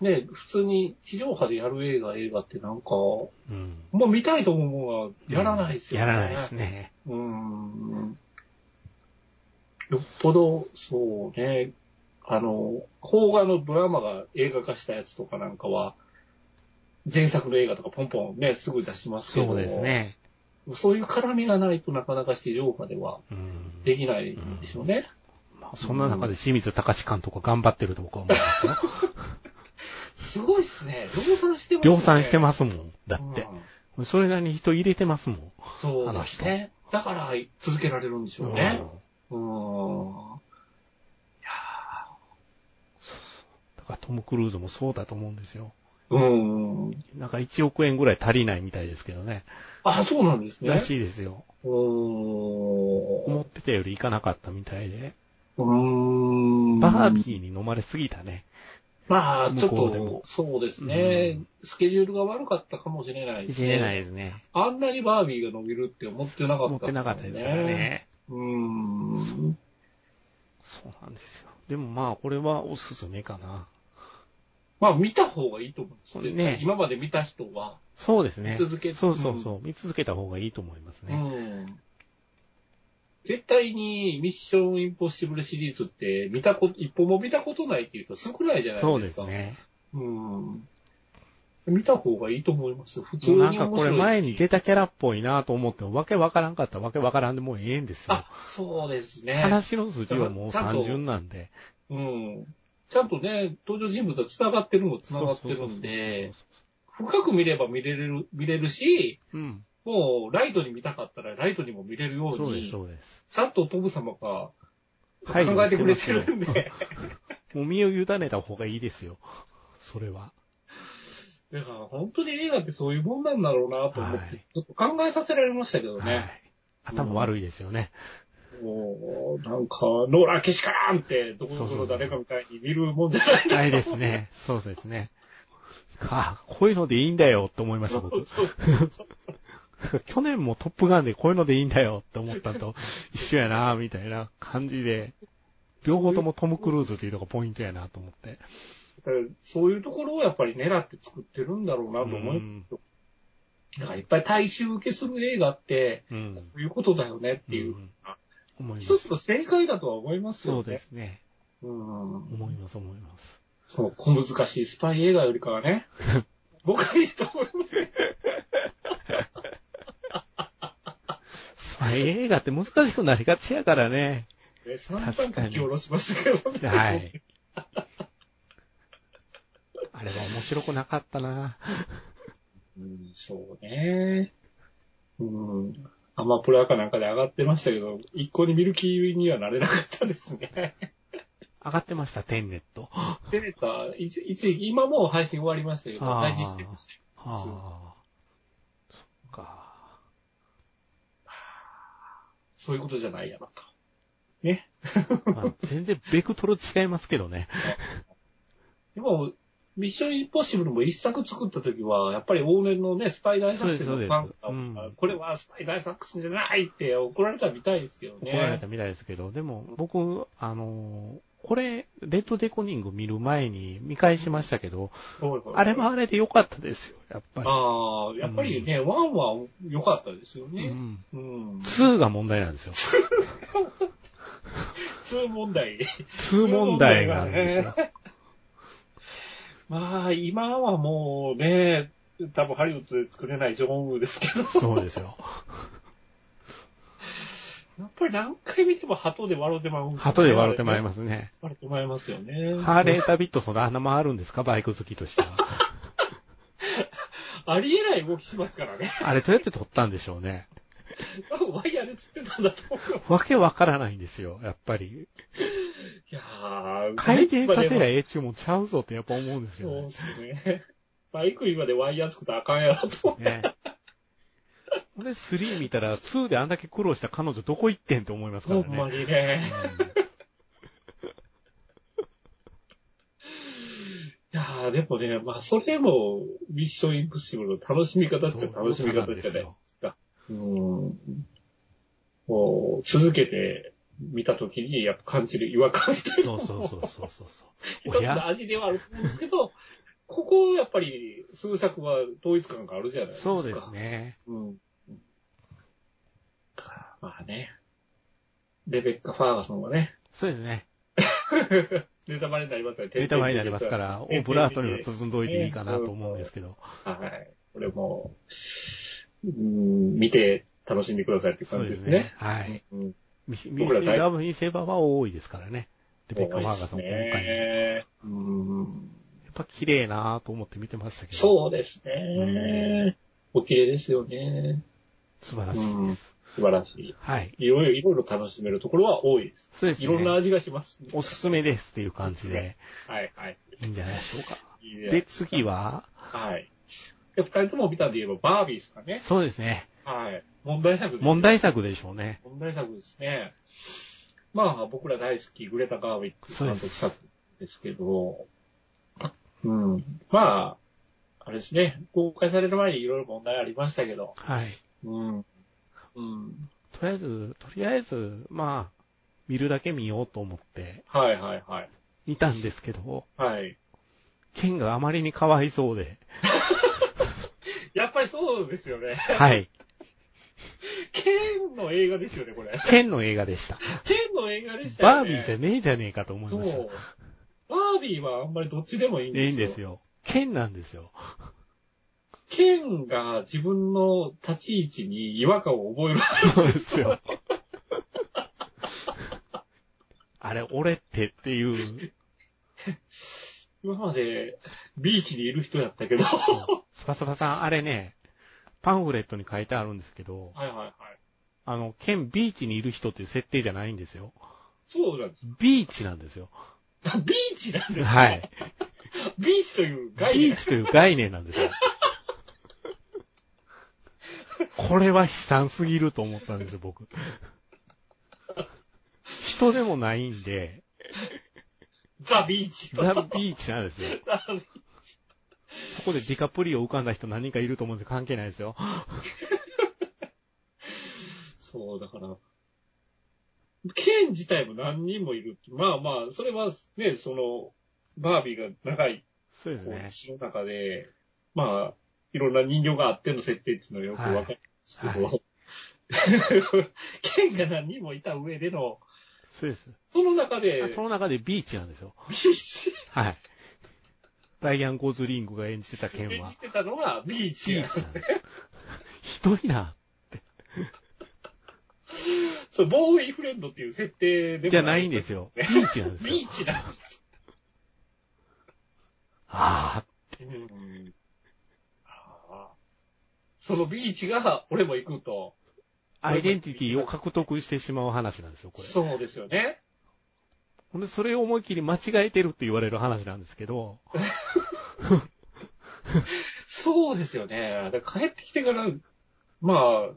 Speaker 3: ね、普通に地上波でやる映画、映画ってなんか、も
Speaker 2: え。うん。
Speaker 3: う見たいと思うものはやらないですよね。
Speaker 2: やらないです。ね。
Speaker 3: うーん。よっぽど、そうね、あの、邦画のドラマが映画化したやつとかなんかは、前作の映画とかポンポンね、すぐ出しますけど。
Speaker 2: そうです。ね。
Speaker 3: そういう絡みがないとなかなか地上波では
Speaker 2: うん。
Speaker 3: できないでしょうね。
Speaker 2: まあそんな中で清水隆監督が頑張ってると僕は思いますよ。
Speaker 3: すごいっすね。量産してますね。
Speaker 2: 量産して
Speaker 3: ま
Speaker 2: ますもん。だって。
Speaker 3: うん
Speaker 2: それなりに人入れてますもん。
Speaker 3: そうですね。だから続けられるんでしょうね。うん。
Speaker 2: だからトム・クルーズもそうだと思うんですよ。
Speaker 3: うん。
Speaker 2: なんか1億円ぐらい足りないみたいですけどね。
Speaker 3: あ、そうなんですね。
Speaker 2: らしいですよ。
Speaker 3: うーん
Speaker 2: 思ってたよりいかなかったみたいで。
Speaker 3: うーん。
Speaker 2: バービーに飲まれすぎたね。
Speaker 3: まあ、ち
Speaker 2: 向
Speaker 3: ょ
Speaker 2: こ
Speaker 3: っ
Speaker 2: うで
Speaker 3: と
Speaker 2: も、
Speaker 3: そうですね、
Speaker 2: うん
Speaker 3: スケジュールが悪かったかもしれないです
Speaker 2: 知
Speaker 3: ね。
Speaker 2: れないですね。
Speaker 3: あんなにバービーが伸びるって思ってなか
Speaker 2: 思
Speaker 3: っ、
Speaker 2: ったてなかったですから。ね。
Speaker 3: うーん。
Speaker 2: そうなんですよ。でもまあ、これはおすすめかな。
Speaker 3: まあ、見た方がいいと思うんですよ
Speaker 2: ね
Speaker 3: 今まで見た人は。
Speaker 2: そうですね。
Speaker 3: 見続け
Speaker 2: そうそうそう。見続けた方がいいと思います
Speaker 3: う
Speaker 2: ね。
Speaker 3: ん。絶対にミッションインポッシブルシリーズって見たこと、一本も見たことないっていうと少ないじゃな
Speaker 2: そ
Speaker 3: いうで
Speaker 2: ですす
Speaker 3: か。
Speaker 2: ね。
Speaker 3: うん。見た方がいいと思います。普通に
Speaker 2: な
Speaker 3: 面
Speaker 2: ん
Speaker 3: 白
Speaker 2: か
Speaker 3: い
Speaker 2: こ
Speaker 3: し。
Speaker 2: れ前に出たキャラっぽいなと思って、わけわからんかったらわけわからんでもうええんですよ
Speaker 3: あ。、そうですね。
Speaker 2: 話の筋はもう
Speaker 3: ちゃん
Speaker 2: 単
Speaker 3: と
Speaker 2: 純なんで。
Speaker 3: うん。ちゃんとね、登場人物は繋がってるのも繋がってるんで、深く見れば見れる、見れるし、
Speaker 2: うん。
Speaker 3: もうライトに見たかったらライトにも見れるよう
Speaker 2: そうです、
Speaker 3: に、
Speaker 2: そうです。
Speaker 3: ちゃんとトム様が
Speaker 2: 配慮
Speaker 3: 考えてくれ
Speaker 2: してますよ
Speaker 3: るんで、
Speaker 2: もう身を委ねた方がいいですよ。それは。
Speaker 3: だから本当に映画ってそういうもんなんだろうなと思っ
Speaker 2: は
Speaker 3: て、
Speaker 2: い
Speaker 3: ちょっと考えさせられましたけど
Speaker 2: は
Speaker 3: ね。
Speaker 2: い。頭悪いですよね。
Speaker 3: もう、なんか、ノーラーけしからんって、どこどこの誰かみたいに見るもんじゃない
Speaker 2: はいですね。そうですね。あ、こういうのでいいんだよって思いました、僕。去年もトップガンでこういうのでいいんだよって思ったのと一緒やな、みたいな感じで、両方ともトム・クルーズっていうのがポイントやなと思って。
Speaker 3: そういうところをやっぱり狙って作ってるんだろうなと思
Speaker 2: う
Speaker 3: い
Speaker 2: ん
Speaker 3: だからいっぱい大衆受けする映画って、
Speaker 2: うん。
Speaker 3: こういうことだよねっていう。
Speaker 2: ん思いま
Speaker 3: 一
Speaker 2: す
Speaker 3: つ。の正解だとは思いますよね。
Speaker 2: そうで。すね。
Speaker 3: うん。
Speaker 2: 思います、思います。
Speaker 3: そう、小難しいスパイ映画よりかは ね、僕はいいと思いますよ。
Speaker 2: スパイ映画って難しくなりがちやからね。
Speaker 3: ね
Speaker 2: に
Speaker 3: 散々書き下ろしましたけどね。
Speaker 2: はい。 あれは面白くなかったな。
Speaker 3: うん、そうね。うん。アマプラかなんかで上がってましたけど、一向に見る気にはなれなかったです ね。
Speaker 2: 上がってました、テンネット。は
Speaker 3: でなんか、一一時期、今もう配信終わりましたけど、
Speaker 2: あー
Speaker 3: 配信してましたよ
Speaker 2: あ。そっか。
Speaker 3: そういうことじゃないやなと。ね。
Speaker 2: まあ、全然ベクトル違いますけどね。
Speaker 3: でも、ミッションインポッシブルも一作作った時は、やっぱり往年のね、スパイ大作戦のファン
Speaker 2: そうですそうです
Speaker 3: が
Speaker 2: うん
Speaker 3: これはスパイ大作戦じゃないって怒られたみたいですけどね。
Speaker 2: 怒られたみたいですけど、でも僕、あのーこれ、レッドデコニング見る前に見返しましたけど、
Speaker 3: そうそう
Speaker 2: あれはあれで良かったですよ、やっぱり。
Speaker 3: ああ、やっぱりね、ワンは良かったですよ
Speaker 2: う
Speaker 3: ね。
Speaker 2: ん。
Speaker 3: うん。
Speaker 2: 2が問題なん ですよ。
Speaker 3: 普通問題。
Speaker 2: 2問題があるんですよ。
Speaker 3: まあ、今はもうね、多分ハリウッドで作れないジョンウーですけど、
Speaker 2: そうですよ。
Speaker 3: やっぱり何回見ても鳩で笑うてまうんすよね、
Speaker 2: 鳩で笑ってまい
Speaker 3: す。
Speaker 2: ますね。
Speaker 3: 笑ってまいますよね。
Speaker 2: ハーレー・ダビッドソンの穴もあるんですかバイク好きとしては。
Speaker 3: ありえない動きしますからね。
Speaker 2: あれどうやって撮ったんでしょうね。
Speaker 3: 多分ワイヤーで釣ってたんだと思う。
Speaker 2: わけわからないんですよ、やっぱり。
Speaker 3: いやー、
Speaker 2: 回転させりゃ
Speaker 3: い
Speaker 2: ええ注文ちゃうぞってやっぱ思うんですよ
Speaker 3: そう
Speaker 2: ね
Speaker 3: で。すね。バイク今でワイヤー作ったらあかんやろと思う。
Speaker 2: ね。俺3見たら2であんだけ苦労した彼女どこ行ってんって思いますから
Speaker 3: ほんま
Speaker 2: ね。
Speaker 3: にね。いやー、でもね、まあ、それも、ミッションインポッシブルの楽しみ方っちゃ楽しみ方じゃない。うん。もう、続けて見たときに、やっぱ感じる違和感みたい
Speaker 2: そうそうそうそうそうそう。お
Speaker 3: いろんな
Speaker 2: や
Speaker 3: 味ではあると思うんですけど、ここ、やっぱり、数作は統一感があるじゃないですか。
Speaker 2: そうです。ね。
Speaker 3: うん。まあね。レベッカ・ファーガソンはね、
Speaker 2: そうですね。
Speaker 3: ネタバレになりますよ
Speaker 2: ネタバレになりますから、オ
Speaker 3: 徹底的
Speaker 2: ブ
Speaker 3: に
Speaker 2: ラートには包んどいていいかなと思うんですけど。
Speaker 3: はい。これも、うん、見て楽しんでくださいって
Speaker 2: そ
Speaker 3: 感
Speaker 2: うで
Speaker 3: じですすね
Speaker 2: ね。。はい。
Speaker 3: うん、
Speaker 2: ミシミ
Speaker 3: 僕ら
Speaker 2: シ
Speaker 3: 大
Speaker 2: ラブ・イン・セーバーは多いですからね。レベッカ・ファーガソン、今回も。や
Speaker 3: ね。うん。
Speaker 2: っぱ綺麗なぁと思って見てましたけど。
Speaker 3: そうですね。お綺麗ですよね。
Speaker 2: 素晴らしいです。
Speaker 3: 素晴らしい。
Speaker 2: はい。
Speaker 3: いろいろ、いろいろ楽しめるところは多いです。
Speaker 2: そうです
Speaker 3: いろんな
Speaker 2: ね。
Speaker 3: 味がします。
Speaker 2: おすすめですっていう感じで
Speaker 3: はい、はい。
Speaker 2: いいんじゃないでしょうか。
Speaker 3: いい
Speaker 2: で、次は、
Speaker 3: はい。で、二人とも見たんで言えば、バービーですかね。
Speaker 2: そうですね。
Speaker 3: はい。問題作です。
Speaker 2: 問題作でしょうね。
Speaker 3: 問題作ですね。まあ、僕ら大好き、グレタ・ガーウィック監督作ですけど、うん。まあ、あれですね、公開される前にいろいろ問題ありましたけど、
Speaker 2: はい。
Speaker 3: うん。うん。
Speaker 2: とりあえず、とりあえず、まあ、見るだけ見ようと思って、
Speaker 3: はいはいはい。
Speaker 2: 見たんですけど、
Speaker 3: はい。
Speaker 2: 剣があまりにかわいそうで、
Speaker 3: やっぱりそうですよね。
Speaker 2: はい。
Speaker 3: ケンの映画ですよね、これ。
Speaker 2: 剣の映画でした。
Speaker 3: ケンの映画でした
Speaker 2: バー
Speaker 3: よね。
Speaker 2: ビーじゃねえじゃねえかと思いまし
Speaker 3: そう。バービーはあんまりどっちでもいいん
Speaker 2: た。
Speaker 3: ですよ。
Speaker 2: いいんですよ。剣なんですよ。
Speaker 3: ケンが自分の立ち位置に違和感を覚える。
Speaker 2: そうですよ。あれ、俺ってっていう、
Speaker 3: 今までビーチにいる人やったけど。はい
Speaker 2: スパスパさん、あれね、パンフレットに書いてあるんですけど、
Speaker 3: はいはい。
Speaker 2: あの、剣ビーチにいる人っていう設定じゃないんですよ。
Speaker 3: そうなんです。
Speaker 2: ビーチなんですよ。
Speaker 3: ビーチなんです。
Speaker 2: はい。
Speaker 3: ビーチという概
Speaker 2: ビー
Speaker 3: 念。
Speaker 2: チという概念なんですよ。これは悲惨すぎると思ったんですよ、僕。人でもないんで、
Speaker 3: ザ・ビーチ。
Speaker 2: ザ・ビーチなん ですよ。
Speaker 3: ザビーチ
Speaker 2: そこでディカプリオ浮かんだ人何人かいると思うんですけど関係ないですよ。
Speaker 3: そう、だから、ケン自体も何人もいるって。まあまあ、それはね、その、バービーが長い
Speaker 2: そうです
Speaker 3: こう
Speaker 2: ね。
Speaker 3: 詩の中で、まあ、いろんな人形があっての設定っていうのはよくわかるんですけど、
Speaker 2: は
Speaker 3: 剣が何人もいた上での、
Speaker 2: そうです。
Speaker 3: その中で、
Speaker 2: その中でビーチなんですよ。
Speaker 3: ビーチ
Speaker 2: はい。ダイアン・ゴズリングが演じてた
Speaker 3: で
Speaker 2: 剣は
Speaker 3: 演じ、てたのがビーチ
Speaker 2: ビ
Speaker 3: や
Speaker 2: ー。チなんです。ひどいな、
Speaker 3: そう、ボーイフレンドっていう設定でも。
Speaker 2: じゃないんですすよ。ビーチなんですよ
Speaker 3: ビ。ーチなんです。
Speaker 2: あ
Speaker 3: うんああそのビーチが俺も行くと。
Speaker 2: あ、アイデンティティを獲得してしまう話なんですよ、これ。
Speaker 3: そうですよね。
Speaker 2: ほんで、それを思いっきり間違えてるって言われる話なんですけど、
Speaker 3: そうですよね。だから帰ってきてから、まあ、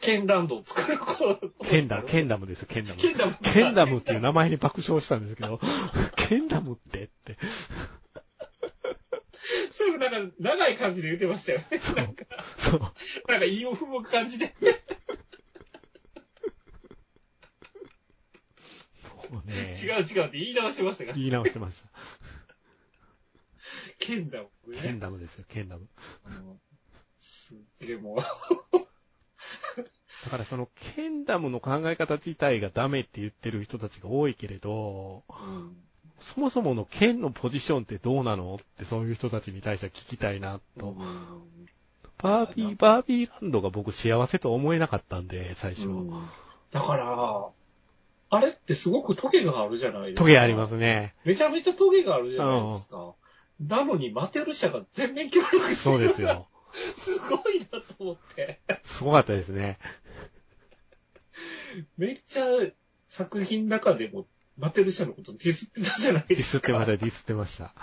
Speaker 3: ケンランドを作ること。
Speaker 2: ケンダム、ケンダムですよ、ケンダム。
Speaker 3: ケンダム。
Speaker 2: ケンダムっていう名前に爆笑したんですけ ど、ケンダムってって、
Speaker 3: それもなんか、長い感じで言ってましたよね。
Speaker 2: そう、そう、
Speaker 3: なんか、韻を踏む感じで。
Speaker 2: もうね、
Speaker 3: 違う違うって言い直してましたが、
Speaker 2: 言い直してました。
Speaker 3: ケンダム
Speaker 2: ケン
Speaker 3: ね。
Speaker 2: ダムですよ、ケンダム。
Speaker 3: あのすっげえもう。
Speaker 2: だからその、ケンダムの考え方自体がダメって言ってる人たちが多いけれど、そもそもの剣のポジションってどうなのってそういう人たちに対しては聞きたいなと。
Speaker 3: うん
Speaker 2: バービー、バービーランドが僕幸せとは思えなかったんで、最初。
Speaker 3: だから、あれってすごくトゲがあるじゃないですか。
Speaker 2: トゲありますね。
Speaker 3: めちゃめちゃトゲがあるじゃないですか。なのに、マテル社が全面協力してる
Speaker 2: そうです。よ。
Speaker 3: すごいなと思って。
Speaker 2: すごかったですね。
Speaker 3: めっちゃ作品の中でも、マテル社のことディスってたじゃない
Speaker 2: ディ
Speaker 3: です
Speaker 2: スってました、ディスってました。
Speaker 3: か。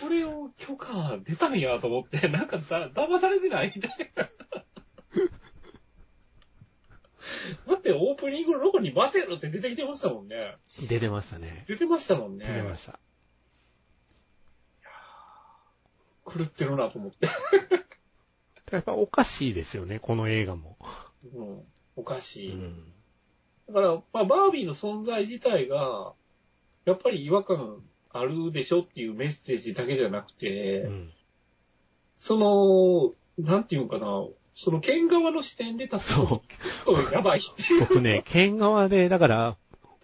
Speaker 3: これを許可出たんやと思って、なんかだ、騙されてないみたいな。 だってオープニングのロゴにマテルって出てきてましたもんね。
Speaker 2: 出てましたね。
Speaker 3: 出てましたもんね
Speaker 2: 出。てました。
Speaker 3: 狂ってるなと思って。
Speaker 2: やっぱおかしいですよね、この映画も。
Speaker 3: うん。おかし
Speaker 2: う
Speaker 3: い。
Speaker 2: ん。
Speaker 3: だから、まあ、バービーの存在自体が、やっぱり違和感あるでしょっていうメッセージだけじゃなくて、
Speaker 2: うん。
Speaker 3: その、なんていうんかな、その剣側の視点で立つ
Speaker 2: そ
Speaker 3: とやばいって
Speaker 2: う。
Speaker 3: いう。
Speaker 2: 僕 ね、剣側で、だから、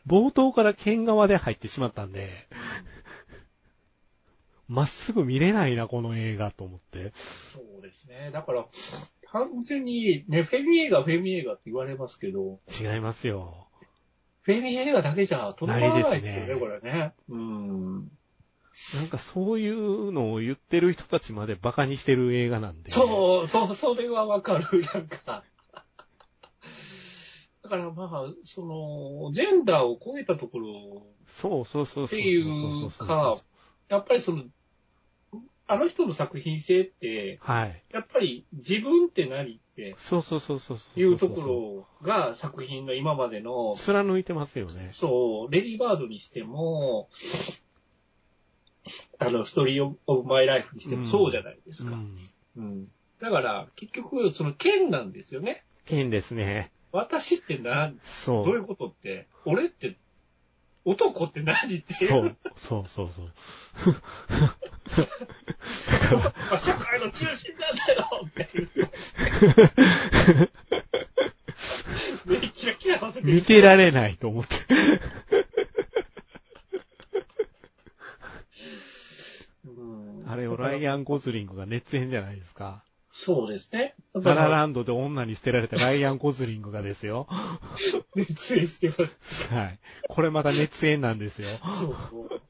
Speaker 2: 冒頭から剣側で入ってしまったんで、まっすぐ見れないな、この映画と思って。
Speaker 3: そうですね。だから、単純に、ね、フェミ映画、フェミ映画って言われますけど、
Speaker 2: 違いますよ。
Speaker 3: フェミ映画だけじゃとどまらないですよ
Speaker 2: ないです
Speaker 3: ね、
Speaker 2: ね
Speaker 3: これね。うん。
Speaker 2: なんかそういうのを言ってる人たちまでバカにしてる映画なんで。
Speaker 3: そう、そう、それはわかる。なんか。だからまあ、その、ジェンダーを超えたところ
Speaker 2: そうそうそうそうそう。
Speaker 3: っていうか
Speaker 2: そうそうそうそう
Speaker 3: やっぱりその、あの人の作品性って、
Speaker 2: はい。
Speaker 3: やっぱり自分って何って
Speaker 2: そうそうそうそうそう。
Speaker 3: いうところが作品の今までの、
Speaker 2: 貫いてますよね。
Speaker 3: そう、レディーバードにしても、あの、ストーリーオブマイライフにして
Speaker 2: う
Speaker 3: も
Speaker 2: ん
Speaker 3: そうじゃないです
Speaker 2: う
Speaker 3: か。
Speaker 2: ん。
Speaker 3: うんだから、結局、その剣なんですよね。
Speaker 2: 剣ですね。
Speaker 3: 私ってな、
Speaker 2: そ
Speaker 3: ど
Speaker 2: う。
Speaker 3: ういうことって、俺って、男って何っていう。
Speaker 2: そう、そうそうそう。
Speaker 3: ま あ社会の中心なんだよっていう。目 キラキラさせて
Speaker 2: 見てられないと思って。
Speaker 3: うん
Speaker 2: あれをライアン・ゴズリングが熱演じゃないですか。
Speaker 3: そうですね。だか
Speaker 2: ララ
Speaker 3: ら、
Speaker 2: ランドで女に捨てられたライアン・ゴズリングがですよ。
Speaker 3: 熱演してます。
Speaker 2: はい。これまた熱演なんですよ。
Speaker 3: そう。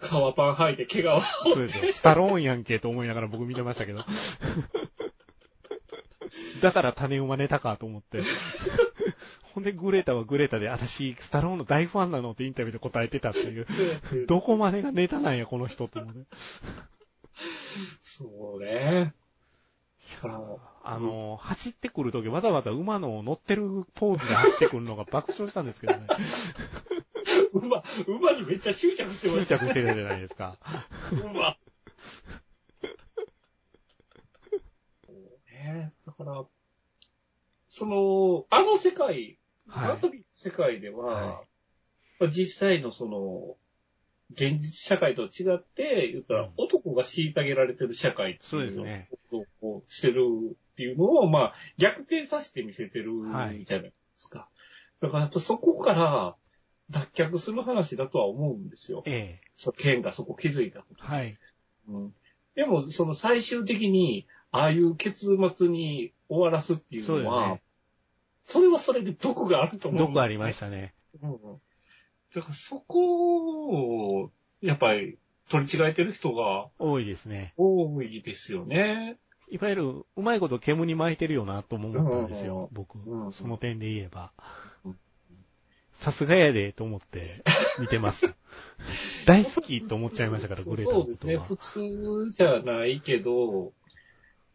Speaker 3: 革パン履いて毛が
Speaker 2: そうですよ。スタローンやんけと思いながら僕見てました けど。だから種馬ネタかと思って。ほんでグレータはグレータで、私、スタローンの大ファンなのってインタビューで答えてたっていう。どこまでがネタなんや、この人って思って。
Speaker 3: そうね。
Speaker 2: あの、走ってくるときわざわざ馬の乗ってるポーズで走ってくるのが爆笑したんですけどね。
Speaker 3: 馬、馬にめっちゃ執着 してま
Speaker 2: 執
Speaker 3: した
Speaker 2: 着し
Speaker 3: ね。
Speaker 2: てたじゃないですか。
Speaker 3: 馬。そう ね。だから、その、あの世界
Speaker 2: は
Speaker 3: バ
Speaker 2: い
Speaker 3: ー。トビーの世界では、
Speaker 2: は
Speaker 3: まあ実際のその、現実社会と違って、言った
Speaker 2: う
Speaker 3: ら
Speaker 2: ん
Speaker 3: 男が虐げられてる社会って
Speaker 2: そう
Speaker 3: い
Speaker 2: です
Speaker 3: うの
Speaker 2: ね。
Speaker 3: をこうしてるっていうのを、まあ、逆転させて見せてるじゃないですか。だからやっぱそこから脱却する話だとは思うんですよ。
Speaker 2: ええ。
Speaker 3: そう剣がそこ気づいたこと。
Speaker 2: はい。
Speaker 3: うんでも、その最終的に、ああいう結末に終わらすっていう
Speaker 2: そうだ
Speaker 3: の
Speaker 2: よ
Speaker 3: は、
Speaker 2: ね
Speaker 3: それはそれで毒があると思う。
Speaker 2: 毒ありま
Speaker 3: た
Speaker 2: したね。
Speaker 3: うんうんだからそこを、やっぱり取り違えてる人が
Speaker 2: 多いですね。
Speaker 3: 多いですよね。
Speaker 2: いわゆる、うまいこと煙に巻いてるよなとも思ったんです
Speaker 3: うんうんう
Speaker 2: よ
Speaker 3: ん、
Speaker 2: 僕
Speaker 3: うんう。ん
Speaker 2: その点で言えば
Speaker 3: うん。
Speaker 2: さすがやで、と思って見て ます。大好きと思っちゃいましたから、グレータ
Speaker 3: そ
Speaker 2: の
Speaker 3: う
Speaker 2: こ
Speaker 3: です
Speaker 2: と
Speaker 3: ね。
Speaker 2: は。
Speaker 3: 普通じゃないけど、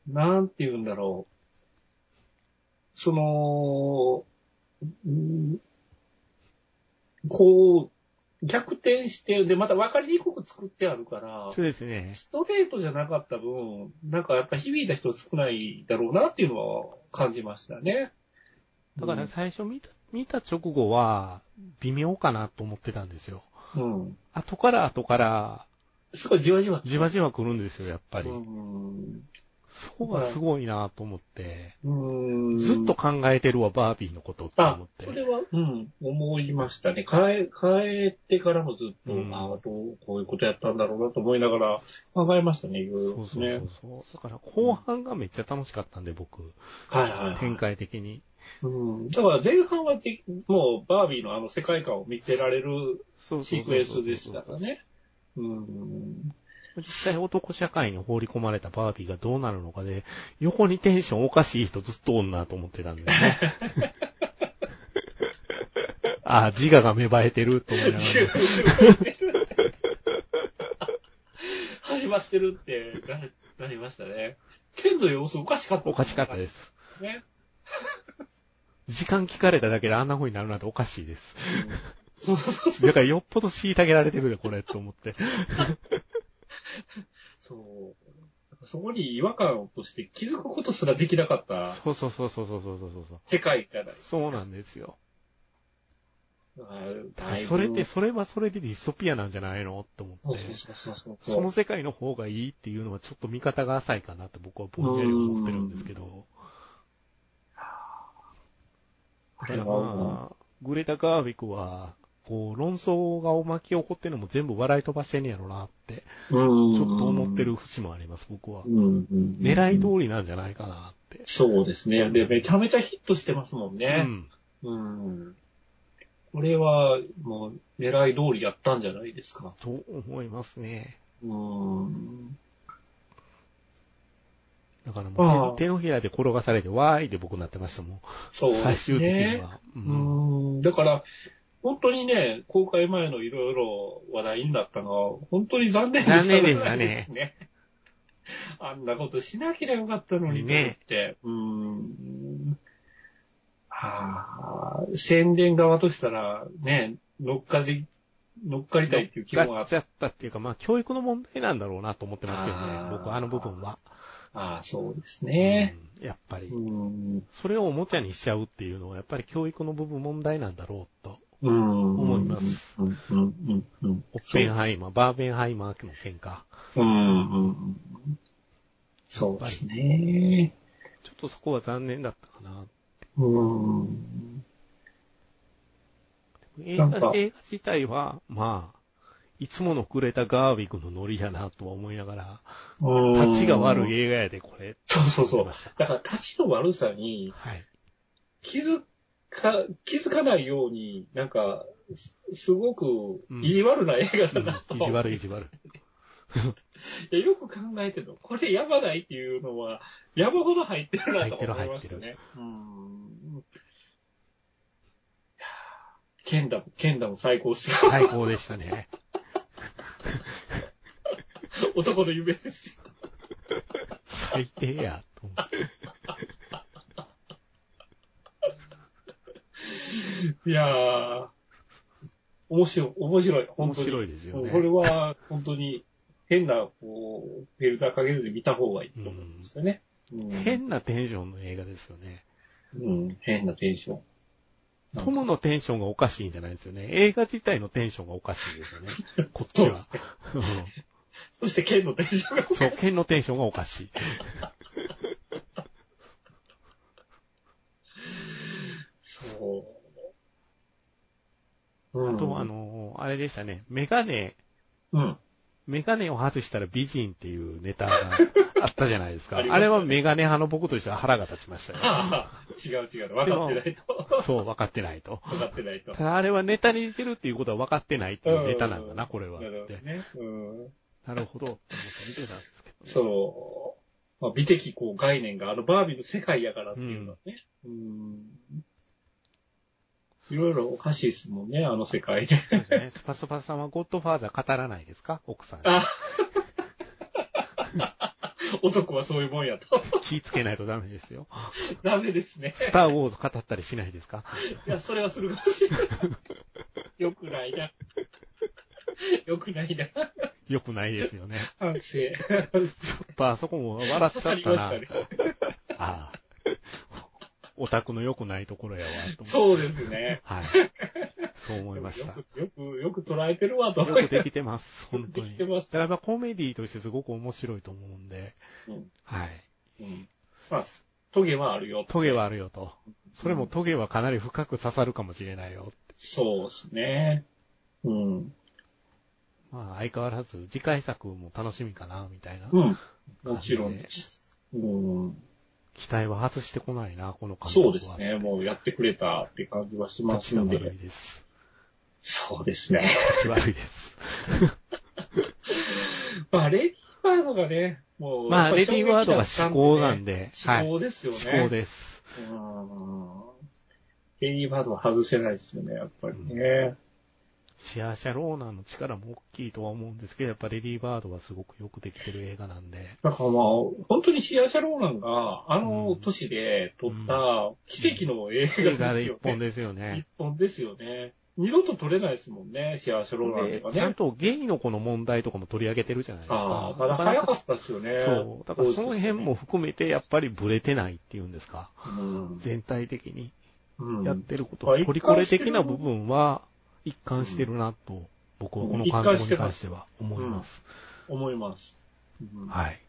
Speaker 3: なんて言うんだろう。その、うんこう、逆転して、で、また分かりにくく作ってあるから、
Speaker 2: そうですね。
Speaker 3: ストレートじゃなかった分、なんかやっぱ響いた人少ないだろうなっていうのは感じましたね。
Speaker 2: だから最初見た、見た直後は、微妙かなと思ってたんですよ。
Speaker 3: うん、うん。
Speaker 2: 後から後から、
Speaker 3: すごいじわじわ。
Speaker 2: じわじわ来るんですよ、やっぱり。
Speaker 3: うん
Speaker 2: そこがすごいなと思って。
Speaker 3: うん。
Speaker 2: ずっと。考えてるわ、バービーのことって
Speaker 3: あ
Speaker 2: 思っ、
Speaker 3: そ
Speaker 2: て。
Speaker 3: れは、うん、思いましたね。変え、変えてからもずっと、
Speaker 2: うん
Speaker 3: ああ、どう、こういうことやったんだろうなと思いながら考えましたね、いろいろ。
Speaker 2: そうそう
Speaker 3: ね
Speaker 2: そう。そうだから後半がめっちゃ楽しかったんで、僕。
Speaker 3: はいはいはい
Speaker 2: 展。開的に。
Speaker 3: うん。だから前半はぜもう、バービーのあの世界観を見せられる
Speaker 2: そうそうそうそう
Speaker 3: シークエンスでしたからね。うん。
Speaker 2: 実際男社会に放り込まれたバービーがどうなるのかで、横にテンションおかしい人ずっとおんなと思ってたんで、ね。 ああ、自我が芽生えてると思いながら。
Speaker 3: 始まってるってな、なりましたね。剣の様子おかしかった。
Speaker 2: おかしかったです。
Speaker 3: すね。
Speaker 2: 時間聞かれただけであんな風になるなんておかしいです。
Speaker 3: そうそうそう。
Speaker 2: だからよっぽど虐げられてるで、これ、と思 って。
Speaker 3: そう。そこに違和感として気づくことすらできなかった
Speaker 2: そうそうそうそうそうそうそうそう。
Speaker 3: 世界じゃない。
Speaker 2: そうなんですよ。
Speaker 3: あ
Speaker 2: それって、、それはそれでディストピアなんじゃないのと思って。
Speaker 3: そうそうそうそうそう。
Speaker 2: その世界の方がいいっていうのはちょっと見方が浅いかなと僕はぼんやり思ってるんですけど。だ
Speaker 3: あ
Speaker 2: か
Speaker 3: れ
Speaker 2: ら
Speaker 3: は、
Speaker 2: まあ、グレタ・ガービックは、こう、論争が巻き起こってるのも全部笑い飛ばしてんねやろなって、
Speaker 3: ちょ
Speaker 2: ちょっと思ってる。節もあります、僕は
Speaker 3: う。んうん。
Speaker 2: 狙い通りなんじゃないかなって。
Speaker 3: そうですね。で、めちゃめちゃヒットしてますもん
Speaker 2: う
Speaker 3: ね。
Speaker 2: ん。
Speaker 3: うん。これは、もう、狙い通りやったんじゃないですか。
Speaker 2: と思いますね。
Speaker 3: うん。
Speaker 2: だから
Speaker 3: あ
Speaker 2: も
Speaker 3: あ
Speaker 2: う手、手のひらで転がされて、わーいで僕なってましたもん。
Speaker 3: そうですね。
Speaker 2: 最終的には。う
Speaker 3: うんんだから、本当にね、公開前のいろいろ話題になったのは、本当に残念
Speaker 2: 残念でしたね
Speaker 3: 残念ですね あんなことしなければよかったのに
Speaker 2: ね
Speaker 3: ね。って。うーん。はあ、宣伝側としたら、ね、乗っかり、乗っかりたいっていう気分があ
Speaker 2: やっ
Speaker 3: っ。
Speaker 2: たちゃったっていうか、まあ、教育の問題なんだろうなと思ってますけど
Speaker 3: あ
Speaker 2: ね
Speaker 3: ー、
Speaker 2: 僕、あの部分は。
Speaker 3: ああ、そうですね。
Speaker 2: うんやっぱり
Speaker 3: う。ん。
Speaker 2: それをおもちゃにしちゃうっていうのは、やっぱり教育の部分問題なんだろうと。
Speaker 3: うん。
Speaker 2: 思います
Speaker 3: うん。うん。うん。うん。
Speaker 2: オッペンハイマー、バーベンハイマーの喧嘩。
Speaker 3: うん。うん。そうですね。
Speaker 2: ちょっとそこは残念だったかな。
Speaker 3: うん。
Speaker 2: 映
Speaker 3: なんか
Speaker 2: 画、映画自体は、まあ、いつものくれたガービックのノリやなとは思いながら、
Speaker 3: うん
Speaker 2: 立ちが悪い。映画やで、これ。
Speaker 3: そうそうそ
Speaker 2: 思いうました。
Speaker 3: だから、立ちの悪さに、
Speaker 2: はい。
Speaker 3: 気づか、気づかないように、なんか、すすごく意地悪な映画だなと。
Speaker 2: 意地悪い意地悪い。
Speaker 3: いやよく考えてるの。これやばないっていうのは、やばほど入ってるなと思いましたね。うん。ケンダム、ケンダム最高っすよ。
Speaker 2: 最高でしたね。
Speaker 3: 男の夢ですよ。
Speaker 2: 最低や、と思って。
Speaker 3: いやー、面白い、面白い、本
Speaker 2: 面
Speaker 3: 当に。
Speaker 2: 白いですよね。
Speaker 3: これは、本当に、変な、こう、フィルターかけずに見た方がいいと思うんですよね。うん
Speaker 2: 変なテンションの映画ですよね。
Speaker 3: うん、変なテンション。
Speaker 2: 友のテンションがおかしいんじゃないですよね。映画自体のテンションがおかしいんですよね。こっち
Speaker 3: そう
Speaker 2: は
Speaker 3: です。ね。
Speaker 2: うん
Speaker 3: そして、剣のテンションが。
Speaker 2: そう、剣のテンションがおかしい。
Speaker 3: そう。うん
Speaker 2: あと、あ、の、あれでしたね。メガネ、
Speaker 3: うん。
Speaker 2: メガネを外したら美人っていうネ タがあったじゃないですか。
Speaker 3: ありま
Speaker 2: あ
Speaker 3: したね
Speaker 2: れはメガネ派の僕としては腹が立ちましたよ。
Speaker 3: ああ、違う違う。分かってないと。
Speaker 2: そう、分かってないと。
Speaker 3: 分かってないと。
Speaker 2: た だあれはネタにしてるっていうことは分かってないっていうネタなんだな、これは。
Speaker 3: なるほど
Speaker 2: で
Speaker 3: ね。うん。
Speaker 2: なるほど。と思って見てたんですけどね、
Speaker 3: そう。まあ、美的こう概念があのバービーの世界やからっていうのはね。うん。いろいろおかしいですもんね、あの世界で。
Speaker 2: そうですね。スパスパさんはゴッドファーザー語らないですか奥さんに。
Speaker 3: あ男はそういうもんやと。
Speaker 2: 気ぃつけないとダメですよ。
Speaker 3: ダメですね。
Speaker 2: スターウォーズ語ったりしないですか
Speaker 3: いや、それはするかもしれない。よくないな。よくないな。
Speaker 2: よくないですよね。
Speaker 3: 反省。
Speaker 2: ちょっとあそこも笑っ
Speaker 3: 刺
Speaker 2: ちゃ
Speaker 3: さ
Speaker 2: っ
Speaker 3: り
Speaker 2: た
Speaker 3: ま
Speaker 2: な。
Speaker 3: したね。
Speaker 2: ああ。オタクの良くないところやわ、と思って
Speaker 3: そうですね。
Speaker 2: はい。そう思いました。
Speaker 3: よく、よく、 よく捉えてるわ、と
Speaker 2: よ
Speaker 3: 思
Speaker 2: く
Speaker 3: い
Speaker 2: できてます、本当
Speaker 3: よくで
Speaker 2: に。
Speaker 3: きてます
Speaker 2: だからコメディとしてすごく面白いと思うんで、
Speaker 3: うん
Speaker 2: はい。
Speaker 3: うんまあ、トゲはあるよ。
Speaker 2: トゲはあるよと。それもトゲはかなり深く刺さるかもしれないよ。
Speaker 3: そうですね。うん。
Speaker 2: まあ、相変わらず次回作も楽しみかな、みたいな。
Speaker 3: うん。もちろんです。うん、
Speaker 2: 期待は外してこないな、この感
Speaker 3: そうですね。もうやってくれたって感じはしま
Speaker 2: 立ち
Speaker 3: す
Speaker 2: が
Speaker 3: ん
Speaker 2: 悪
Speaker 3: で
Speaker 2: い。です。
Speaker 3: そうですね。
Speaker 2: 立ち悪いです。
Speaker 3: まあ、レディーワードがね、もう。
Speaker 2: まあ、
Speaker 3: や
Speaker 2: レ
Speaker 3: っぱ
Speaker 2: デ
Speaker 3: り
Speaker 2: ィーワードが思考なんで、はい。
Speaker 3: 思
Speaker 2: 思
Speaker 3: 考ですよね。
Speaker 2: 考です。
Speaker 3: うん。レディーバードは外せないですよね、やっぱりね。
Speaker 2: シアーシャローナーの力も大きいとは思うんですけど、やっぱレディーバードはすごくよくできてる映画なんで。
Speaker 3: だからまあ、本当にシアシャローランが、あ
Speaker 2: う
Speaker 3: の
Speaker 2: ん
Speaker 3: 都市で撮った奇跡の映
Speaker 2: 映
Speaker 3: 画
Speaker 2: 画
Speaker 3: で
Speaker 2: です一
Speaker 3: よ
Speaker 2: 本
Speaker 3: ね。
Speaker 2: ですよ
Speaker 3: 一
Speaker 2: ね。
Speaker 3: 本ですよね。二度と撮れないですもんね、シアシャローラン
Speaker 2: で
Speaker 3: とか
Speaker 2: ちゃん
Speaker 3: ね。
Speaker 2: とゲイの子の問題とかも取り上げてるじゃないです
Speaker 3: あ
Speaker 2: か。
Speaker 3: あ、まだ早か
Speaker 2: な
Speaker 3: ったですよね。
Speaker 2: そう。だからその辺も含めて、やっぱりブレてないっていうんですか。
Speaker 3: うん、
Speaker 2: 全体的に
Speaker 3: うん。
Speaker 2: やってること、
Speaker 3: うん
Speaker 2: ポリコレ的な部分は一貫してるなと、僕はこの監督に関しては思います。
Speaker 3: 思います。うん
Speaker 2: はい。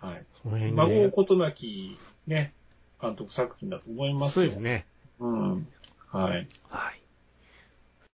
Speaker 3: はい。
Speaker 2: その辺
Speaker 3: 孫を
Speaker 2: で。
Speaker 3: ことなき、ね、監督作品だと思います
Speaker 2: そう
Speaker 3: よ
Speaker 2: ですね。
Speaker 3: うん。はい。
Speaker 2: はい。